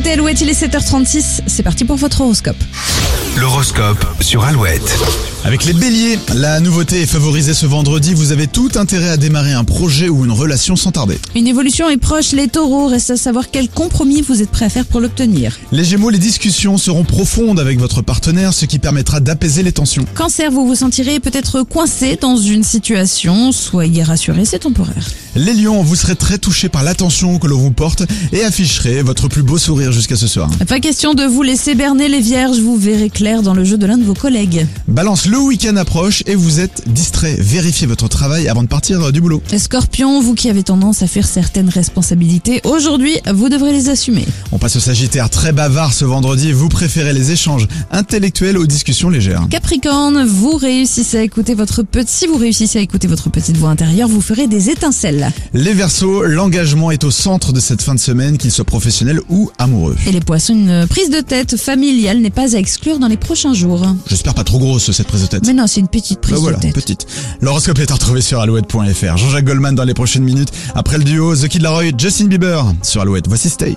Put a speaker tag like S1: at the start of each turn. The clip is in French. S1: Écoutez Alouette, il est 7h36, c'est parti pour votre horoscope.
S2: L'horoscope sur Alouette.
S3: Avec les béliers, la nouveauté est favorisée ce vendredi. Vous avez tout intérêt à démarrer un projet ou une relation sans tarder.
S1: Une évolution est proche, les taureaux, reste à savoir quel compromis vous êtes prêt à faire pour l'obtenir.
S3: Les gémeaux, les discussions seront profondes avec votre partenaire, ce qui permettra d'apaiser les tensions.
S1: Cancer, vous vous sentirez peut-être coincé dans une situation, soyez rassuré, c'est temporaire.
S3: Les lions, vous serez très touchés par l'attention que l'on vous porte et afficherez votre plus beau sourire jusqu'à ce soir.
S1: Pas question de vous laisser berner les vierges, vous verrez clair dans le jeu de l'un de vos collègues.
S3: Balance, le week-end approche et vous êtes distrait. Vérifiez votre travail avant de partir euh, du boulot.
S1: Scorpion, vous qui avez tendance à fuir certaines responsabilités, aujourd'hui, vous devrez les assumer.
S3: On passe au Sagittaire, très bavard ce vendredi. Vous préférez les échanges intellectuels aux discussions légères.
S1: Capricorne, vous réussissez à écouter votre petit, si vous réussissez à écouter votre petite voix intérieure, vous ferez des étincelles.
S3: Les Verseaux, l'engagement est au centre de cette fin de semaine, qu'il soit professionnel ou amoureux.
S1: Et les poissons, une prise de tête familiale n'est pas à exclure dans les prochains jours.
S3: J'espère pas trop grosse cette prise de tête.
S1: Mais non, c'est une petite prise
S3: Bah voilà,
S1: de tête.
S3: petite. L'horoscope est à retrouver sur alouette.fr. Jean-Jacques Goldman dans les prochaines minutes. Après le duo The Kid Laroi, Justin Bieber sur Alouette. Voici Stay.